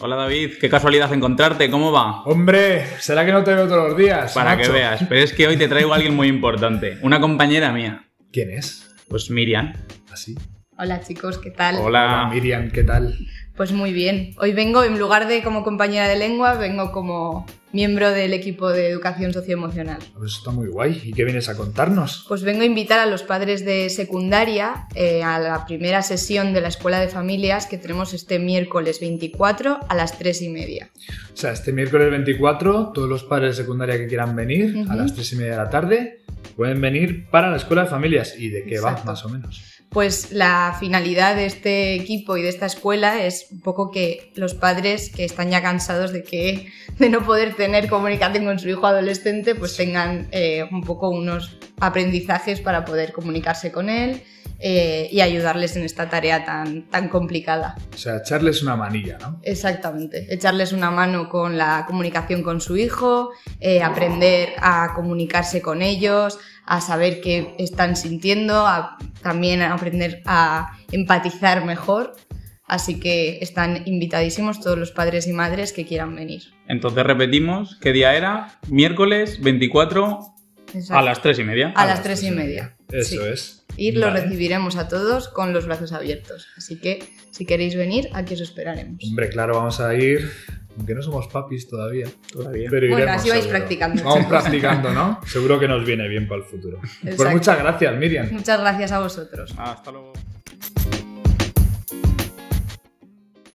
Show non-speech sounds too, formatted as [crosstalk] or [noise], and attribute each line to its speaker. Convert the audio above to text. Speaker 1: Hola David, qué casualidad encontrarte, ¿cómo va?
Speaker 2: Hombre, ¿será que no te veo todos los días?
Speaker 1: Para
Speaker 2: Pues, macho?
Speaker 1: que veas, pero es que hoy te traigo a alguien muy importante, una compañera mía,
Speaker 2: ¿Quién es?
Speaker 1: pues Miriam.
Speaker 2: Así.
Speaker 3: Hola chicos, ¿qué tal?
Speaker 2: Hola,
Speaker 1: Hola.
Speaker 2: Miriam, ¿qué tal?
Speaker 3: Pues muy bien. Hoy vengo, en lugar de como compañera de lengua, vengo como miembro del equipo de educación socioemocional.
Speaker 2: Pues está muy guay. ¿Y qué vienes a contarnos?
Speaker 3: Pues vengo a invitar a los padres de secundaria eh, a la primera sesión de la Escuela de Familias que tenemos este miércoles 24 a las 3 y media.
Speaker 2: O sea, este miércoles 24, todos los padres de secundaria que quieran venir a
Speaker 3: Ujú.
Speaker 2: las 3 y media de la tarde pueden venir para la escuela de familias. ¿Y de qué va,
Speaker 3: Exacto.
Speaker 2: más o menos?
Speaker 3: Pues la finalidad de este equipo y de esta escuela es un poco que los padres que están ya cansados de que de no poder tener comunicación con su hijo adolescente, pues tengan eh, un poco unos aprendizajes para poder comunicarse con él eh, y ayudarles en esta tarea tan, tan complicada.
Speaker 2: O sea, echarles una manilla, ¿no?
Speaker 3: Exactamente. Echarles una mano con la comunicación con su hijo, eh, aprender a comunicarse con ellos, a saber qué están sintiendo, a- también a aprender a empatizar mejor. Así que están invitadísimos todos los padres y madres que quieran venir.
Speaker 1: Entonces repetimos, ¿qué día era? Miércoles 24
Speaker 3: Exacto.
Speaker 1: a las 3 y media.
Speaker 2: Ah.
Speaker 3: A las tres y media.
Speaker 2: Eso
Speaker 3: Sí.
Speaker 2: es.
Speaker 3: Y los
Speaker 2: Vale.
Speaker 3: recibiremos a todos con los brazos abiertos. Así que si queréis venir, aquí os esperaremos.
Speaker 2: Hombre, claro, vamos a ir. Aunque no somos papis todavía.
Speaker 1: Todavía.
Speaker 2: Pero
Speaker 3: Bueno,
Speaker 2: iremos,
Speaker 3: así vais
Speaker 2: seguro.
Speaker 3: practicando.
Speaker 2: Vamos practicando, ¿no?
Speaker 3: [laughs]
Speaker 2: Seguro que nos viene bien para el futuro. Pues
Speaker 3: Exacto.
Speaker 2: muchas gracias, Miriam.
Speaker 3: Muchas gracias a vosotros.
Speaker 1: Hasta luego.